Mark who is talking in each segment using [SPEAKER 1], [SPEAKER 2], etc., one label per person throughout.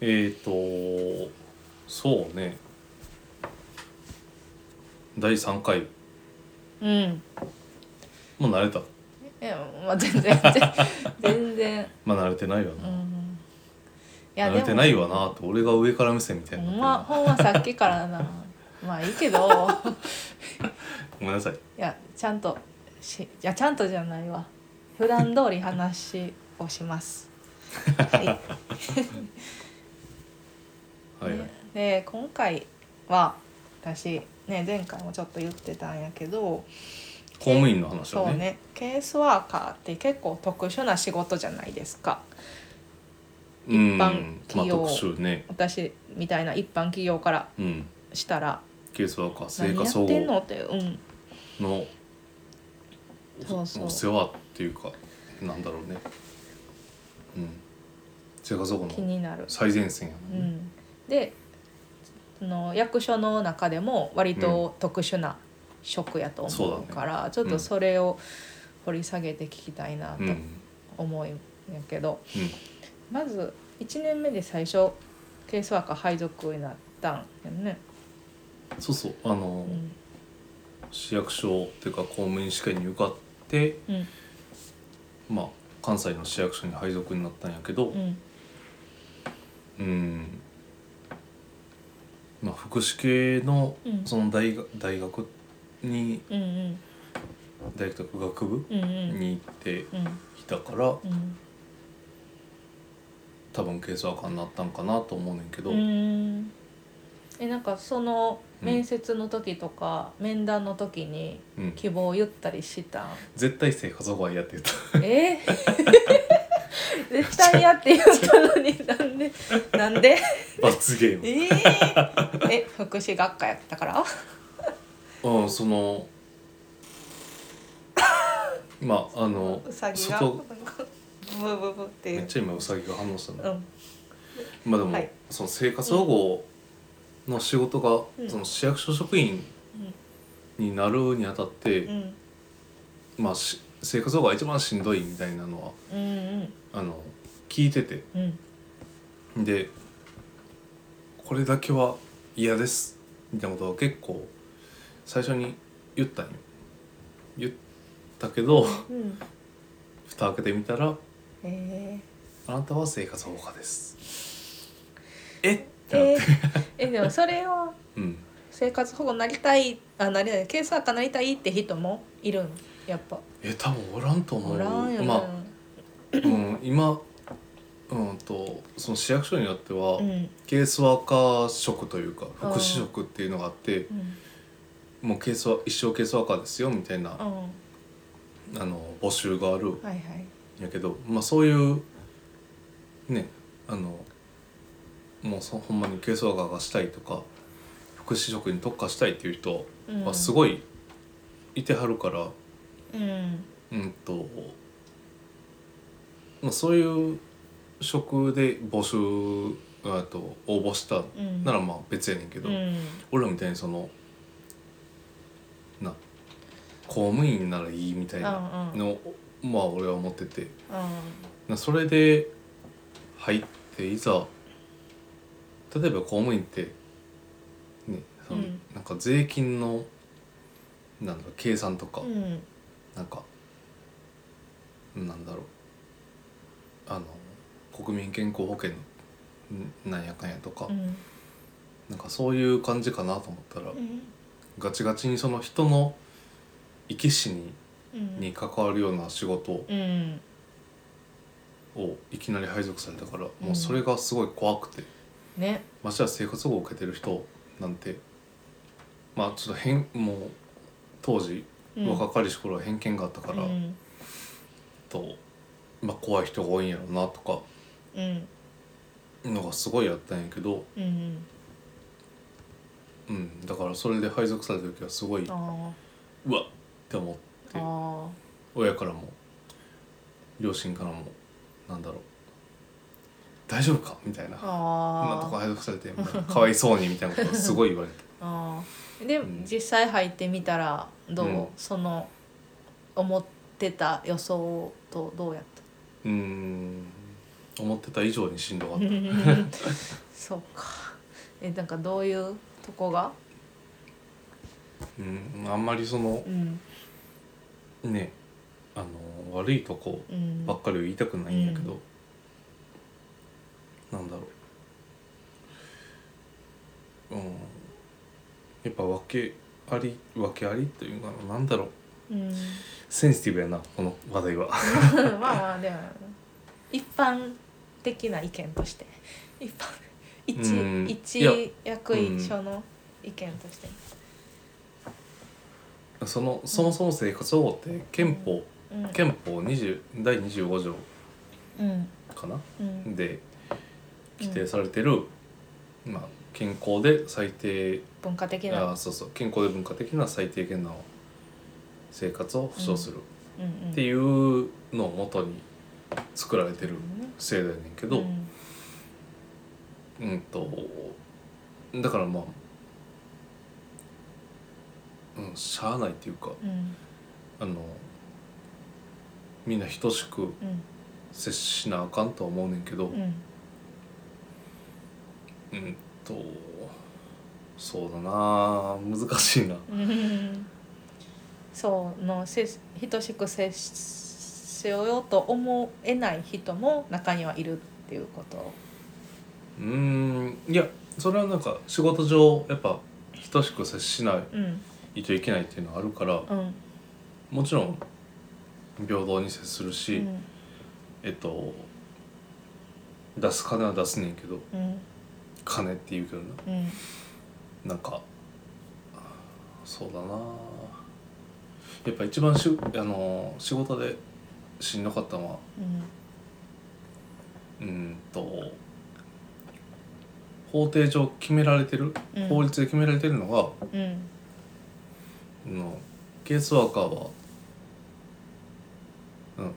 [SPEAKER 1] えっ、ー、とそうね第3回
[SPEAKER 2] うん
[SPEAKER 1] もう慣れた
[SPEAKER 2] いやまあ全然全然
[SPEAKER 1] まあ慣れてないわ
[SPEAKER 2] う
[SPEAKER 1] な、
[SPEAKER 2] ん
[SPEAKER 1] 慣
[SPEAKER 2] い
[SPEAKER 1] れてないわなって俺が上から目線みたい
[SPEAKER 2] ほ
[SPEAKER 1] になっ
[SPEAKER 2] ん
[SPEAKER 1] てるな
[SPEAKER 2] まほんまさっきからなまあいいけど
[SPEAKER 1] ごめんなさい
[SPEAKER 2] いやちゃんとしいやちゃんとじゃないわ普段通り話をします、は
[SPEAKER 1] はいはい、
[SPEAKER 2] ねで今回は私ね前回もちょっと言ってたんやけど
[SPEAKER 1] 公務員の話
[SPEAKER 2] そ
[SPEAKER 1] は
[SPEAKER 2] う
[SPEAKER 1] ね
[SPEAKER 2] ねケースワーカーって結構特殊な仕事じゃないですか
[SPEAKER 1] うん
[SPEAKER 2] 一般
[SPEAKER 1] まあ
[SPEAKER 2] 企業
[SPEAKER 1] 特集ね
[SPEAKER 2] 私みたいな一般企業から
[SPEAKER 1] うん
[SPEAKER 2] したら
[SPEAKER 1] ケースワーカー生
[SPEAKER 2] 何や
[SPEAKER 1] 活
[SPEAKER 2] っ
[SPEAKER 1] 保
[SPEAKER 2] てん
[SPEAKER 1] 護
[SPEAKER 2] のってうん
[SPEAKER 1] の
[SPEAKER 2] そうそう
[SPEAKER 1] お世話っていうかなんだろうねうん生活保護
[SPEAKER 2] 気
[SPEAKER 1] の
[SPEAKER 2] になる
[SPEAKER 1] 最前線や
[SPEAKER 2] う
[SPEAKER 1] もんね
[SPEAKER 2] ん、でその役所の中でも割と特殊な職やと思うから、ちょっとそれを掘り下げて聞きたいなと
[SPEAKER 1] うん、うん
[SPEAKER 2] 思うんやけど、まず1年目で最初ケースワーカー配属になったんよね。
[SPEAKER 1] そうそうあの、
[SPEAKER 2] うん
[SPEAKER 1] 市役所っていうか公務員試験に受かって、
[SPEAKER 2] うん
[SPEAKER 1] まあ関西の市役所に配属になったんやけど
[SPEAKER 2] うん
[SPEAKER 1] うん、まあ、福祉系の
[SPEAKER 2] うん
[SPEAKER 1] その大学大学に
[SPEAKER 2] うんうん
[SPEAKER 1] 大学学部
[SPEAKER 2] うんうん
[SPEAKER 1] に行って
[SPEAKER 2] うん
[SPEAKER 1] いたから
[SPEAKER 2] うん
[SPEAKER 1] 多分ケースワーカーになったんかなと思うねんけど、
[SPEAKER 2] うーんえなんかその面接の時とか、面談の時に
[SPEAKER 1] うん
[SPEAKER 2] 希望を言ったりしたん
[SPEAKER 1] 絶対生活保護は嫌って言った
[SPEAKER 2] え 絶対にやって言ったのになんでなんで
[SPEAKER 1] 罰ゲーム
[SPEAKER 2] えーえ福祉学科やったから
[SPEAKER 1] うんそ のまああの
[SPEAKER 2] うさぎがなん
[SPEAKER 1] 外
[SPEAKER 2] かブブブってい
[SPEAKER 1] め
[SPEAKER 2] う
[SPEAKER 1] っ、ちゃ今ウサギが反応したんだ
[SPEAKER 2] うん
[SPEAKER 1] まあでも、
[SPEAKER 2] はい
[SPEAKER 1] その生活保護の仕事が、
[SPEAKER 2] うん
[SPEAKER 1] その市役所職員になるにあたって、
[SPEAKER 2] うん、
[SPEAKER 1] まあし生活保護が一番しんどいみたいなのは
[SPEAKER 2] うんうん
[SPEAKER 1] あの聞いてて
[SPEAKER 2] うん
[SPEAKER 1] でこれだけは嫌ですみたいなことは結構最初に言ったんよ言ったけど
[SPEAKER 2] うん
[SPEAKER 1] 蓋開けてみたら
[SPEAKER 2] え
[SPEAKER 1] 「あなたは生活保護家です」えっ
[SPEAKER 2] ー、えーえでもそれを
[SPEAKER 1] うん
[SPEAKER 2] 生活保護になりたいあなりたいケースワーカーになりたいって人もいるんやっぱ
[SPEAKER 1] え多分おらんと思う
[SPEAKER 2] おらんよね、
[SPEAKER 1] まあうん、今、うん、とその市役所によっては、
[SPEAKER 2] うん
[SPEAKER 1] ケースワーカー職というか福祉職っていうのがあって
[SPEAKER 2] うん
[SPEAKER 1] もうケースワ一生ケースワーカーですよみたいな、
[SPEAKER 2] うんは
[SPEAKER 1] あの募集があるん
[SPEAKER 2] いはい
[SPEAKER 1] やけど、まあ、そういうねあのもうそほんまにケースワーカーがしたいとか福祉職に特化したいっていう人
[SPEAKER 2] うん
[SPEAKER 1] はす
[SPEAKER 2] い
[SPEAKER 1] ごいいてはるから、
[SPEAKER 2] うん
[SPEAKER 1] うんと、まあ、そういう職で募集あと応募した
[SPEAKER 2] うん
[SPEAKER 1] ならまあ別やねんけど、
[SPEAKER 2] うん
[SPEAKER 1] 俺らみたいにそのな公務員ならいいみたいな
[SPEAKER 2] うんうん
[SPEAKER 1] の、まあ俺は思ってて
[SPEAKER 2] う
[SPEAKER 1] なそれで入っていざ例えば公務員ってねその、
[SPEAKER 2] うん
[SPEAKER 1] なんか税金のなんだろう計算とか、
[SPEAKER 2] んうん
[SPEAKER 1] なんかなんだろうあの国民健康保険んなんやかんやとか、
[SPEAKER 2] うん
[SPEAKER 1] なんかそういう感じかなと思ったら、
[SPEAKER 2] うん
[SPEAKER 1] ガチガチにその人の生き死に
[SPEAKER 2] うん
[SPEAKER 1] に関わるような仕事
[SPEAKER 2] うん
[SPEAKER 1] をいきなり配属されたから、
[SPEAKER 2] うん
[SPEAKER 1] もうそれがすごい怖くて
[SPEAKER 2] ね
[SPEAKER 1] ましては生活保護を受けてる人なんてまあちょっと変もう当時
[SPEAKER 2] うん
[SPEAKER 1] 若かりし頃は偏見があったから、
[SPEAKER 2] うん
[SPEAKER 1] と、まあ、怖い人が多いんやろうなとか
[SPEAKER 2] うん
[SPEAKER 1] のがすごいあったんやけど、
[SPEAKER 2] うん
[SPEAKER 1] うん、だからそれで配属された時はすごい
[SPEAKER 2] あ
[SPEAKER 1] うわっって思って
[SPEAKER 2] ああ
[SPEAKER 1] 親からも両親からもなんだろう大丈夫かみたいな
[SPEAKER 2] あ
[SPEAKER 1] 「こんなと
[SPEAKER 2] あ
[SPEAKER 1] こ
[SPEAKER 2] あ
[SPEAKER 1] 配属されて」みたいな「かわいそうに」みたいなことをすごい言われて
[SPEAKER 2] あーで
[SPEAKER 1] うん
[SPEAKER 2] 実際入ってみたらどう、
[SPEAKER 1] うん
[SPEAKER 2] その思ってた予想とどうやっ
[SPEAKER 1] うーん思ってた以上にしんどかった、
[SPEAKER 2] そうかえなんかどういうとこが
[SPEAKER 1] うん、あんまりその
[SPEAKER 2] うん
[SPEAKER 1] ねあの悪いとこ
[SPEAKER 2] うん
[SPEAKER 1] ばっかりを言いたくないんやけど、なんだろう、うん、やっぱ訳あり訳ありというかななんだろう
[SPEAKER 2] うん、
[SPEAKER 1] センシティブやなこの話題は
[SPEAKER 2] まあまあでも一般的な意見として一般一、
[SPEAKER 1] うんいや
[SPEAKER 2] 一役所の意見として、
[SPEAKER 1] そのそもそも生活保護って憲法、
[SPEAKER 2] うん、
[SPEAKER 1] 憲法20第25条
[SPEAKER 2] うん
[SPEAKER 1] かな
[SPEAKER 2] うん
[SPEAKER 1] で規定されてる、まあ、健康で最低
[SPEAKER 2] 文化的
[SPEAKER 1] あ
[SPEAKER 2] な
[SPEAKER 1] ーそうそう健康で文化的な最低限の生活を保障する
[SPEAKER 2] うんうん
[SPEAKER 1] っていうのをもとに作られてる制度やねんけど、
[SPEAKER 2] う
[SPEAKER 1] うん
[SPEAKER 2] ん
[SPEAKER 1] とだからまあ、うん、しゃあないっていうか
[SPEAKER 2] うん
[SPEAKER 1] あのみんな等しく
[SPEAKER 2] うん
[SPEAKER 1] 接しなあかんとは思うねんけど、
[SPEAKER 2] うんうん
[SPEAKER 1] うんとそうだな難しいな。
[SPEAKER 2] うんそうのせ等しく接しようと思えない人も中にはいるっていうこと。
[SPEAKER 1] うーんいやそれはなんか仕事上やっぱ等しく接しな
[SPEAKER 2] うん
[SPEAKER 1] いといけないっていうのはあるから
[SPEAKER 2] うん
[SPEAKER 1] もちろん平等に接する
[SPEAKER 2] う
[SPEAKER 1] し、
[SPEAKER 2] ん
[SPEAKER 1] えっと出す金は出すねんけど
[SPEAKER 2] うん
[SPEAKER 1] 金って言うけどな
[SPEAKER 2] うん
[SPEAKER 1] なんかそうだなやっぱ一番しあの仕事でしんどかったのは
[SPEAKER 2] う
[SPEAKER 1] う
[SPEAKER 2] ん
[SPEAKER 1] ーんと法廷上決められてる
[SPEAKER 2] うん
[SPEAKER 1] 法律で決められてるのが、
[SPEAKER 2] うん
[SPEAKER 1] のケースワーカーは、うん、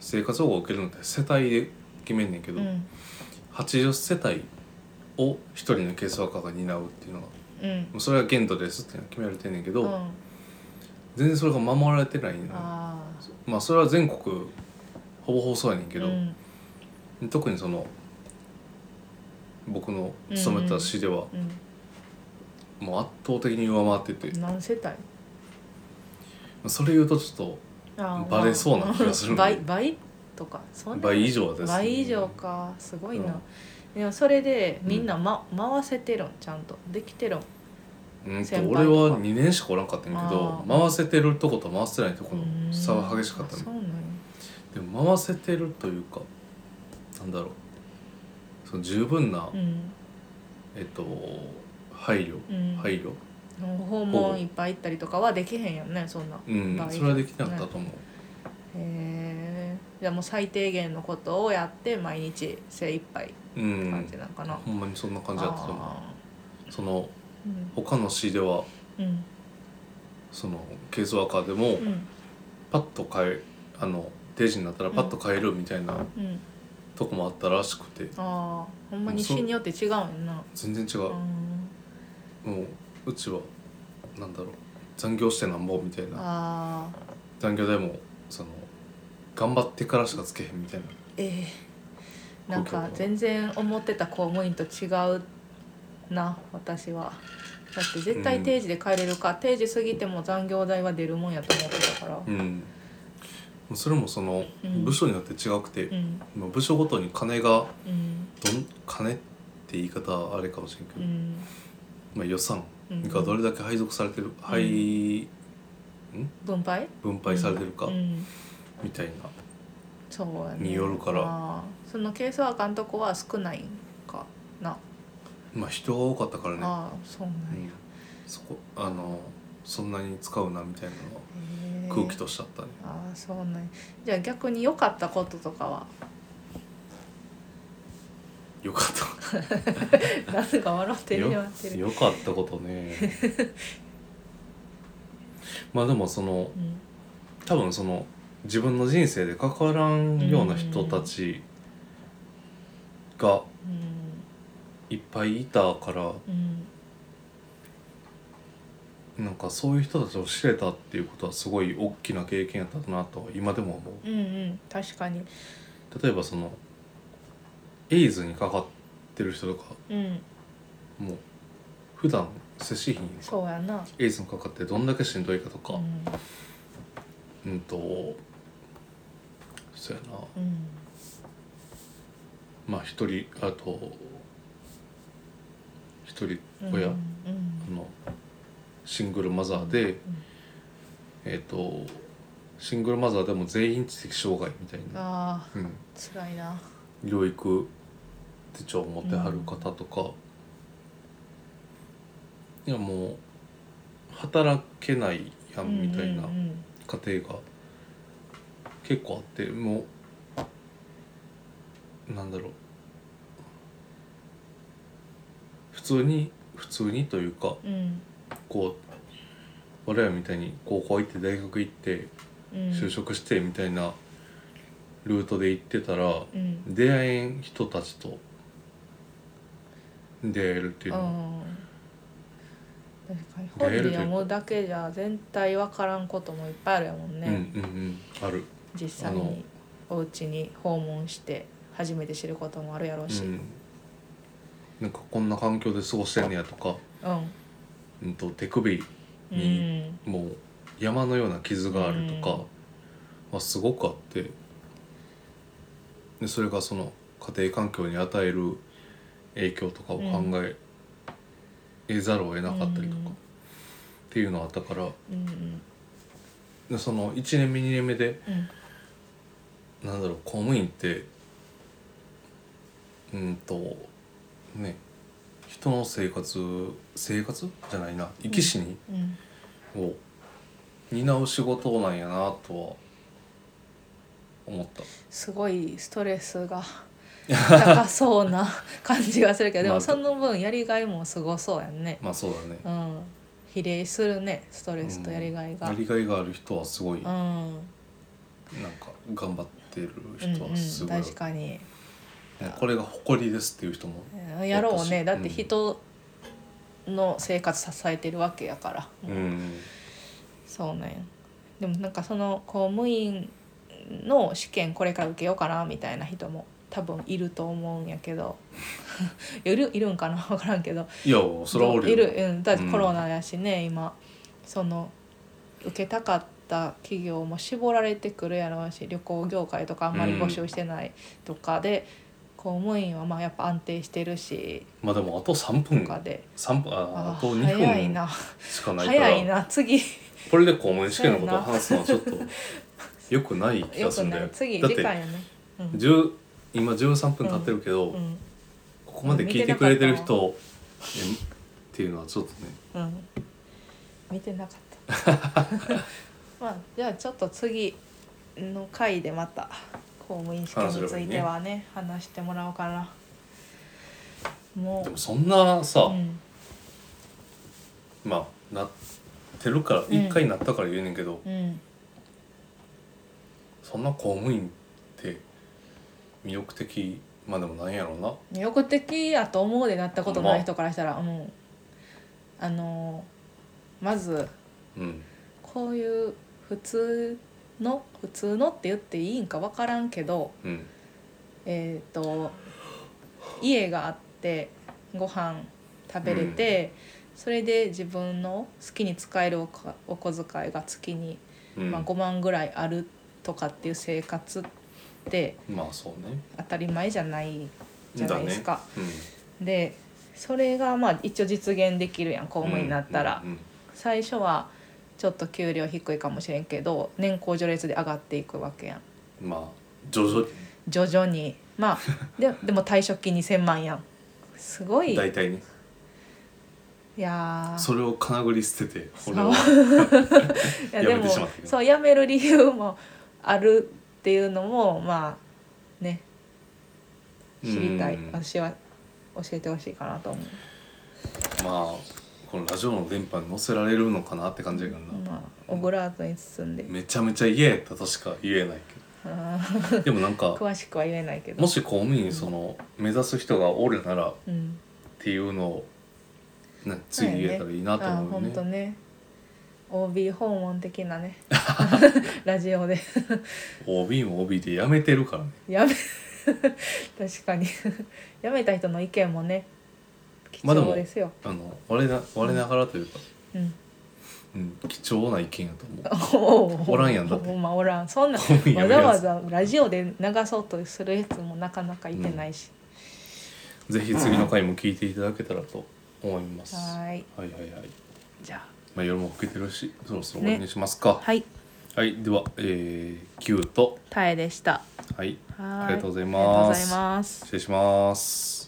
[SPEAKER 1] 生活保護を受けるのって世帯で決めんねんけど、
[SPEAKER 2] うん
[SPEAKER 1] 80世帯を1人のケースワーカーが担うっていうのが
[SPEAKER 2] うん
[SPEAKER 1] それが限度ですっていうのが決められてんねんけど、
[SPEAKER 2] うん
[SPEAKER 1] 全然それが守られてないのよ
[SPEAKER 2] あ
[SPEAKER 1] まあそれは全国ほぼほぼそうやねん
[SPEAKER 2] ー
[SPEAKER 1] けど
[SPEAKER 2] う、ん
[SPEAKER 1] 特にその僕の勤めた市では、もう圧倒的に上回って
[SPEAKER 2] うん
[SPEAKER 1] て
[SPEAKER 2] 何世帯
[SPEAKER 1] それ言うとちょっと
[SPEAKER 2] あー
[SPEAKER 1] バレそうな気がする
[SPEAKER 2] 倍倍とかそん な
[SPEAKER 1] 倍以上はですね
[SPEAKER 2] 倍以上かすごいな、
[SPEAKER 1] うん
[SPEAKER 2] でもそれでみんな、ま回せてるんちゃんとできてるん
[SPEAKER 1] うんと
[SPEAKER 2] 先輩とか
[SPEAKER 1] 俺は2年しかおらんかったんやけど
[SPEAKER 2] あー
[SPEAKER 1] 回せてるとこと回せてないとこの差が激しかった
[SPEAKER 2] うんあそ
[SPEAKER 1] の
[SPEAKER 2] うなんや
[SPEAKER 1] でも回せてるというかなんだろうその十分な、
[SPEAKER 2] うん
[SPEAKER 1] えっと配慮
[SPEAKER 2] うん
[SPEAKER 1] 配慮
[SPEAKER 2] 訪問いっぱい行ったりとかはできへんよねそんな
[SPEAKER 1] うん、
[SPEAKER 2] まあ
[SPEAKER 1] それはできなかったと思う、
[SPEAKER 2] へえじゃあもう最低限のことをやって毎日精一杯
[SPEAKER 1] う
[SPEAKER 2] って感
[SPEAKER 1] ん
[SPEAKER 2] じなんかな、
[SPEAKER 1] ほんまにそんな感じだったと思
[SPEAKER 2] あ
[SPEAKER 1] うその
[SPEAKER 2] ーうん
[SPEAKER 1] 他の市では
[SPEAKER 2] うん
[SPEAKER 1] そのケースワーカーでも
[SPEAKER 2] うん
[SPEAKER 1] パッと変えあの定時になったらパッと変えるみたいな
[SPEAKER 2] うん
[SPEAKER 1] とこもあったらしくて
[SPEAKER 2] ああほんまに日によって違うんやな
[SPEAKER 1] 全然違う
[SPEAKER 2] う、ん
[SPEAKER 1] もううちはなんだろう残業してなんぼみたいな
[SPEAKER 2] ああ
[SPEAKER 1] 残業でもその頑張ってからしかつけへんみたいな
[SPEAKER 2] ええなんか全然思ってた公務員と違うな私はだって絶対定時で帰れるか、定時過ぎても残業代は出るもんやと思ってたから
[SPEAKER 1] うんそれもその
[SPEAKER 2] うん
[SPEAKER 1] 部署によって違くて、
[SPEAKER 2] うん
[SPEAKER 1] まあ部署ごとに金が
[SPEAKER 2] うん
[SPEAKER 1] どん金って言い方はあれかもしれんけ
[SPEAKER 2] う
[SPEAKER 1] ど、
[SPEAKER 2] ん
[SPEAKER 1] まあ、予算
[SPEAKER 2] うん
[SPEAKER 1] がどれだけ配属されてる、配
[SPEAKER 2] 分配
[SPEAKER 1] 分配されてるか
[SPEAKER 2] うん
[SPEAKER 1] みたいな、
[SPEAKER 2] そうやね
[SPEAKER 1] によるから
[SPEAKER 2] あーそのケースワーカーのとこは少ないんかな、
[SPEAKER 1] まあ人が多かったからね、
[SPEAKER 2] ああそうなん
[SPEAKER 1] うん
[SPEAKER 2] や、
[SPEAKER 1] そこあのそんなに使うなみたいなのは
[SPEAKER 2] へー
[SPEAKER 1] 空気としてあったね。
[SPEAKER 2] ああそうなんやじゃあ逆に良かったこととか は
[SPEAKER 1] よかった
[SPEAKER 2] なんか笑ってる
[SPEAKER 1] よ
[SPEAKER 2] よってる
[SPEAKER 1] よかったこと ねまあでもその
[SPEAKER 2] うん
[SPEAKER 1] 多分その自分の人生で関わらんような人たちが
[SPEAKER 2] うん
[SPEAKER 1] いっぱいいたから
[SPEAKER 2] うん
[SPEAKER 1] なんかそういう人たちを知れたっていうことはすごい大きな経験やったなとは今でも思
[SPEAKER 2] うんうん確かに
[SPEAKER 1] う例えばそのエイズにかかってる人とか
[SPEAKER 2] うん
[SPEAKER 1] もう普段接しひん
[SPEAKER 2] そうやな
[SPEAKER 1] エイズにかかってどんだけしんどいかとか
[SPEAKER 2] う、ん
[SPEAKER 1] うん、とそうやな
[SPEAKER 2] うん
[SPEAKER 1] まあ一人あと一人
[SPEAKER 2] うん
[SPEAKER 1] 親、
[SPEAKER 2] うん
[SPEAKER 1] のシングルマザーで、えっ、とシングルマザーでも全員知的障害みたいな、
[SPEAKER 2] あ
[SPEAKER 1] うん、
[SPEAKER 2] ー辛いな
[SPEAKER 1] 療育手帳を持ってはる方とか、いやもう働けないやんみたいな
[SPEAKER 2] うんうん
[SPEAKER 1] 家庭が結構あってもうなんだろう普通に普通にというか
[SPEAKER 2] うん
[SPEAKER 1] こう我らみたいに高校行って大学行って
[SPEAKER 2] うん
[SPEAKER 1] 就職してみたいなルートで行ってたら、
[SPEAKER 2] うん
[SPEAKER 1] 出会えん人たちと出会えるっていうのは
[SPEAKER 2] うん確かに本で読むだけじゃ全体わからんこともいっぱいあるやもんね、
[SPEAKER 1] うんうんうんある、
[SPEAKER 2] 実際
[SPEAKER 1] あの
[SPEAKER 2] にお家に訪問して初めて知ることもあるやろうし、
[SPEAKER 1] う
[SPEAKER 2] うん
[SPEAKER 1] ん、なんかこんな環境で過ごしてんねやとか、
[SPEAKER 2] うん
[SPEAKER 1] うん、と手首
[SPEAKER 2] う
[SPEAKER 1] に
[SPEAKER 2] ん
[SPEAKER 1] もう山のような傷があるとか、
[SPEAKER 2] うん
[SPEAKER 1] まあ、すごくあってでそれがその家庭環境に与える影響とかを考え,、ざるを得なかったりとか、
[SPEAKER 2] うん
[SPEAKER 1] っていうのがあったから
[SPEAKER 2] うん
[SPEAKER 1] でその1年目2年目で
[SPEAKER 2] うん
[SPEAKER 1] なんだろう公務員ってうんとね人の生活生活じゃないな生き死に
[SPEAKER 2] うん
[SPEAKER 1] を担う仕事なんやなとは思った
[SPEAKER 2] すごいストレ スが高そうな感じがするけどで
[SPEAKER 1] ま
[SPEAKER 2] も
[SPEAKER 1] あ
[SPEAKER 2] その分やりがいもすごそうやんね、
[SPEAKER 1] まあそうだね
[SPEAKER 2] うん、比例するねストレスとやりがいが。
[SPEAKER 1] や
[SPEAKER 2] うん
[SPEAKER 1] りがいがある人はすごいなん
[SPEAKER 2] うん
[SPEAKER 1] か頑張ってる
[SPEAKER 2] うん
[SPEAKER 1] 人はすごい、
[SPEAKER 2] 確かに
[SPEAKER 1] ねこれが誇りですっていう人も
[SPEAKER 2] うんやろうね
[SPEAKER 1] や
[SPEAKER 2] だ
[SPEAKER 1] っ
[SPEAKER 2] って
[SPEAKER 1] たし
[SPEAKER 2] 人の生活支えてるわけやから、
[SPEAKER 1] うん
[SPEAKER 2] そうなんやでもなんかその公務員の試験これから受けようかなみたいな人も多分いると思うんやけど いるいるんかな 分からんけど
[SPEAKER 1] いやそれはおるよ
[SPEAKER 2] いる、うん、だって
[SPEAKER 1] うん
[SPEAKER 2] コロナやしね、今その受けたかった企業も絞られてくるやろうし旅行業界とかあんまり募集してないとかで、公務員はまあやっぱ安定してるし
[SPEAKER 1] まあでもあと3
[SPEAKER 2] と
[SPEAKER 1] 分
[SPEAKER 2] かで、
[SPEAKER 1] 三分あ
[SPEAKER 2] あ
[SPEAKER 1] あ
[SPEAKER 2] ー
[SPEAKER 1] と2
[SPEAKER 2] 早い
[SPEAKER 1] 分
[SPEAKER 2] な
[SPEAKER 1] しかないから
[SPEAKER 2] 早いな次
[SPEAKER 1] これで公務員試験のことを話すのはちょっと良くない気
[SPEAKER 2] よ
[SPEAKER 1] がす
[SPEAKER 2] く
[SPEAKER 1] るんだ
[SPEAKER 2] な
[SPEAKER 1] よ
[SPEAKER 2] い次
[SPEAKER 1] だっ
[SPEAKER 2] 次
[SPEAKER 1] て
[SPEAKER 2] 回やね、うん
[SPEAKER 1] 10今13分経ってるけど、
[SPEAKER 2] うん
[SPEAKER 1] ここまで聞いてくれてる人えっていうのはちょっとね
[SPEAKER 2] うん、見てなかった まあじゃあちょっと次の回でまた公務員試験についてはね話してもらおうかなも
[SPEAKER 1] で
[SPEAKER 2] う
[SPEAKER 1] もそんなさ、
[SPEAKER 2] うん
[SPEAKER 1] まあなってるから
[SPEAKER 2] ん
[SPEAKER 1] 一回なったから言うねんけど、
[SPEAKER 2] うん
[SPEAKER 1] そんな公務員って魅力的まあでもなんやろうな
[SPEAKER 2] 魅力的やと思うでなったことない人からしたらうんあのーまず
[SPEAKER 1] うん
[SPEAKER 2] こういう普通の普通のって言っていいんか分からんけど
[SPEAKER 1] うん
[SPEAKER 2] えー、と家があってご飯食べれて、それで自分の好きに使えるおかお小遣いが月に、
[SPEAKER 1] うん
[SPEAKER 2] まあ、5万ぐらいあるとかっていう生活って
[SPEAKER 1] まあそうね
[SPEAKER 2] 当たり前じゃないじゃないですか。
[SPEAKER 1] だね
[SPEAKER 2] でそれがまあ一応実現できるやん公
[SPEAKER 1] うん
[SPEAKER 2] 務員になったら。
[SPEAKER 1] うん
[SPEAKER 2] 最初はちょっと給料低いかもしれんけど年功序列で上がっていくわけやん
[SPEAKER 1] うんまあ徐々
[SPEAKER 2] 徐々にまあ ででも退職金2,000万やんすごい
[SPEAKER 1] に大体ね
[SPEAKER 2] いやー
[SPEAKER 1] それをかなぐり捨てて
[SPEAKER 2] そう
[SPEAKER 1] 俺はい
[SPEAKER 2] や
[SPEAKER 1] や
[SPEAKER 2] で
[SPEAKER 1] め
[SPEAKER 2] も
[SPEAKER 1] てしまったけど
[SPEAKER 2] そう辞める理由もあるっていうのもまあね知りたい
[SPEAKER 1] うん
[SPEAKER 2] 私は教えてほしいかなと思
[SPEAKER 1] まあこのラジオの電波に乗せられるのかなって感じやから
[SPEAKER 2] う、
[SPEAKER 1] な、
[SPEAKER 2] まあ、オブラートに包んで、
[SPEAKER 1] めちゃめちゃ嫌やったとしか言えない
[SPEAKER 2] あ
[SPEAKER 1] けどでもなん
[SPEAKER 2] ー
[SPEAKER 1] か
[SPEAKER 2] 詳しくは言えないけど
[SPEAKER 1] もし公務員その目指す人がおるならっ
[SPEAKER 2] うん、
[SPEAKER 1] ていうのをね次言えたらいいなと
[SPEAKER 2] あ
[SPEAKER 1] 思う
[SPEAKER 2] 本
[SPEAKER 1] ね
[SPEAKER 2] 当ね OB 訪問的 なねラジオで
[SPEAKER 1] OB も OB で辞めてるからね
[SPEAKER 2] やめ 確かに 辞めた人の意見もね貴
[SPEAKER 1] まあでも
[SPEAKER 2] 重ですよ、
[SPEAKER 1] あの我な我ながらというか、
[SPEAKER 2] うん
[SPEAKER 1] うん、貴重な意見やと思うお
[SPEAKER 2] お
[SPEAKER 1] らんやんだって
[SPEAKER 2] ほん まおら んそんな
[SPEAKER 1] こういうや
[SPEAKER 2] わ
[SPEAKER 1] る
[SPEAKER 2] ざ
[SPEAKER 1] や
[SPEAKER 2] わ
[SPEAKER 1] つ
[SPEAKER 2] ざラジオで流そうとするやつもなかなかいてないし、
[SPEAKER 1] ぜひ次の回も聞いていただけたらと思います。
[SPEAKER 2] はーい
[SPEAKER 1] はいはいはい。
[SPEAKER 2] じゃ
[SPEAKER 1] まあ夜も更けてるし、そろそろ終わりにしますか。
[SPEAKER 2] あはい
[SPEAKER 1] はい、では、えー、キュート、
[SPEAKER 2] タエでした
[SPEAKER 1] はい、
[SPEAKER 2] はー
[SPEAKER 1] あ
[SPEAKER 2] い
[SPEAKER 1] りがとうござい
[SPEAKER 2] ありがとう
[SPEAKER 1] ま
[SPEAKER 2] ご
[SPEAKER 1] す
[SPEAKER 2] ざいます
[SPEAKER 1] 失礼します。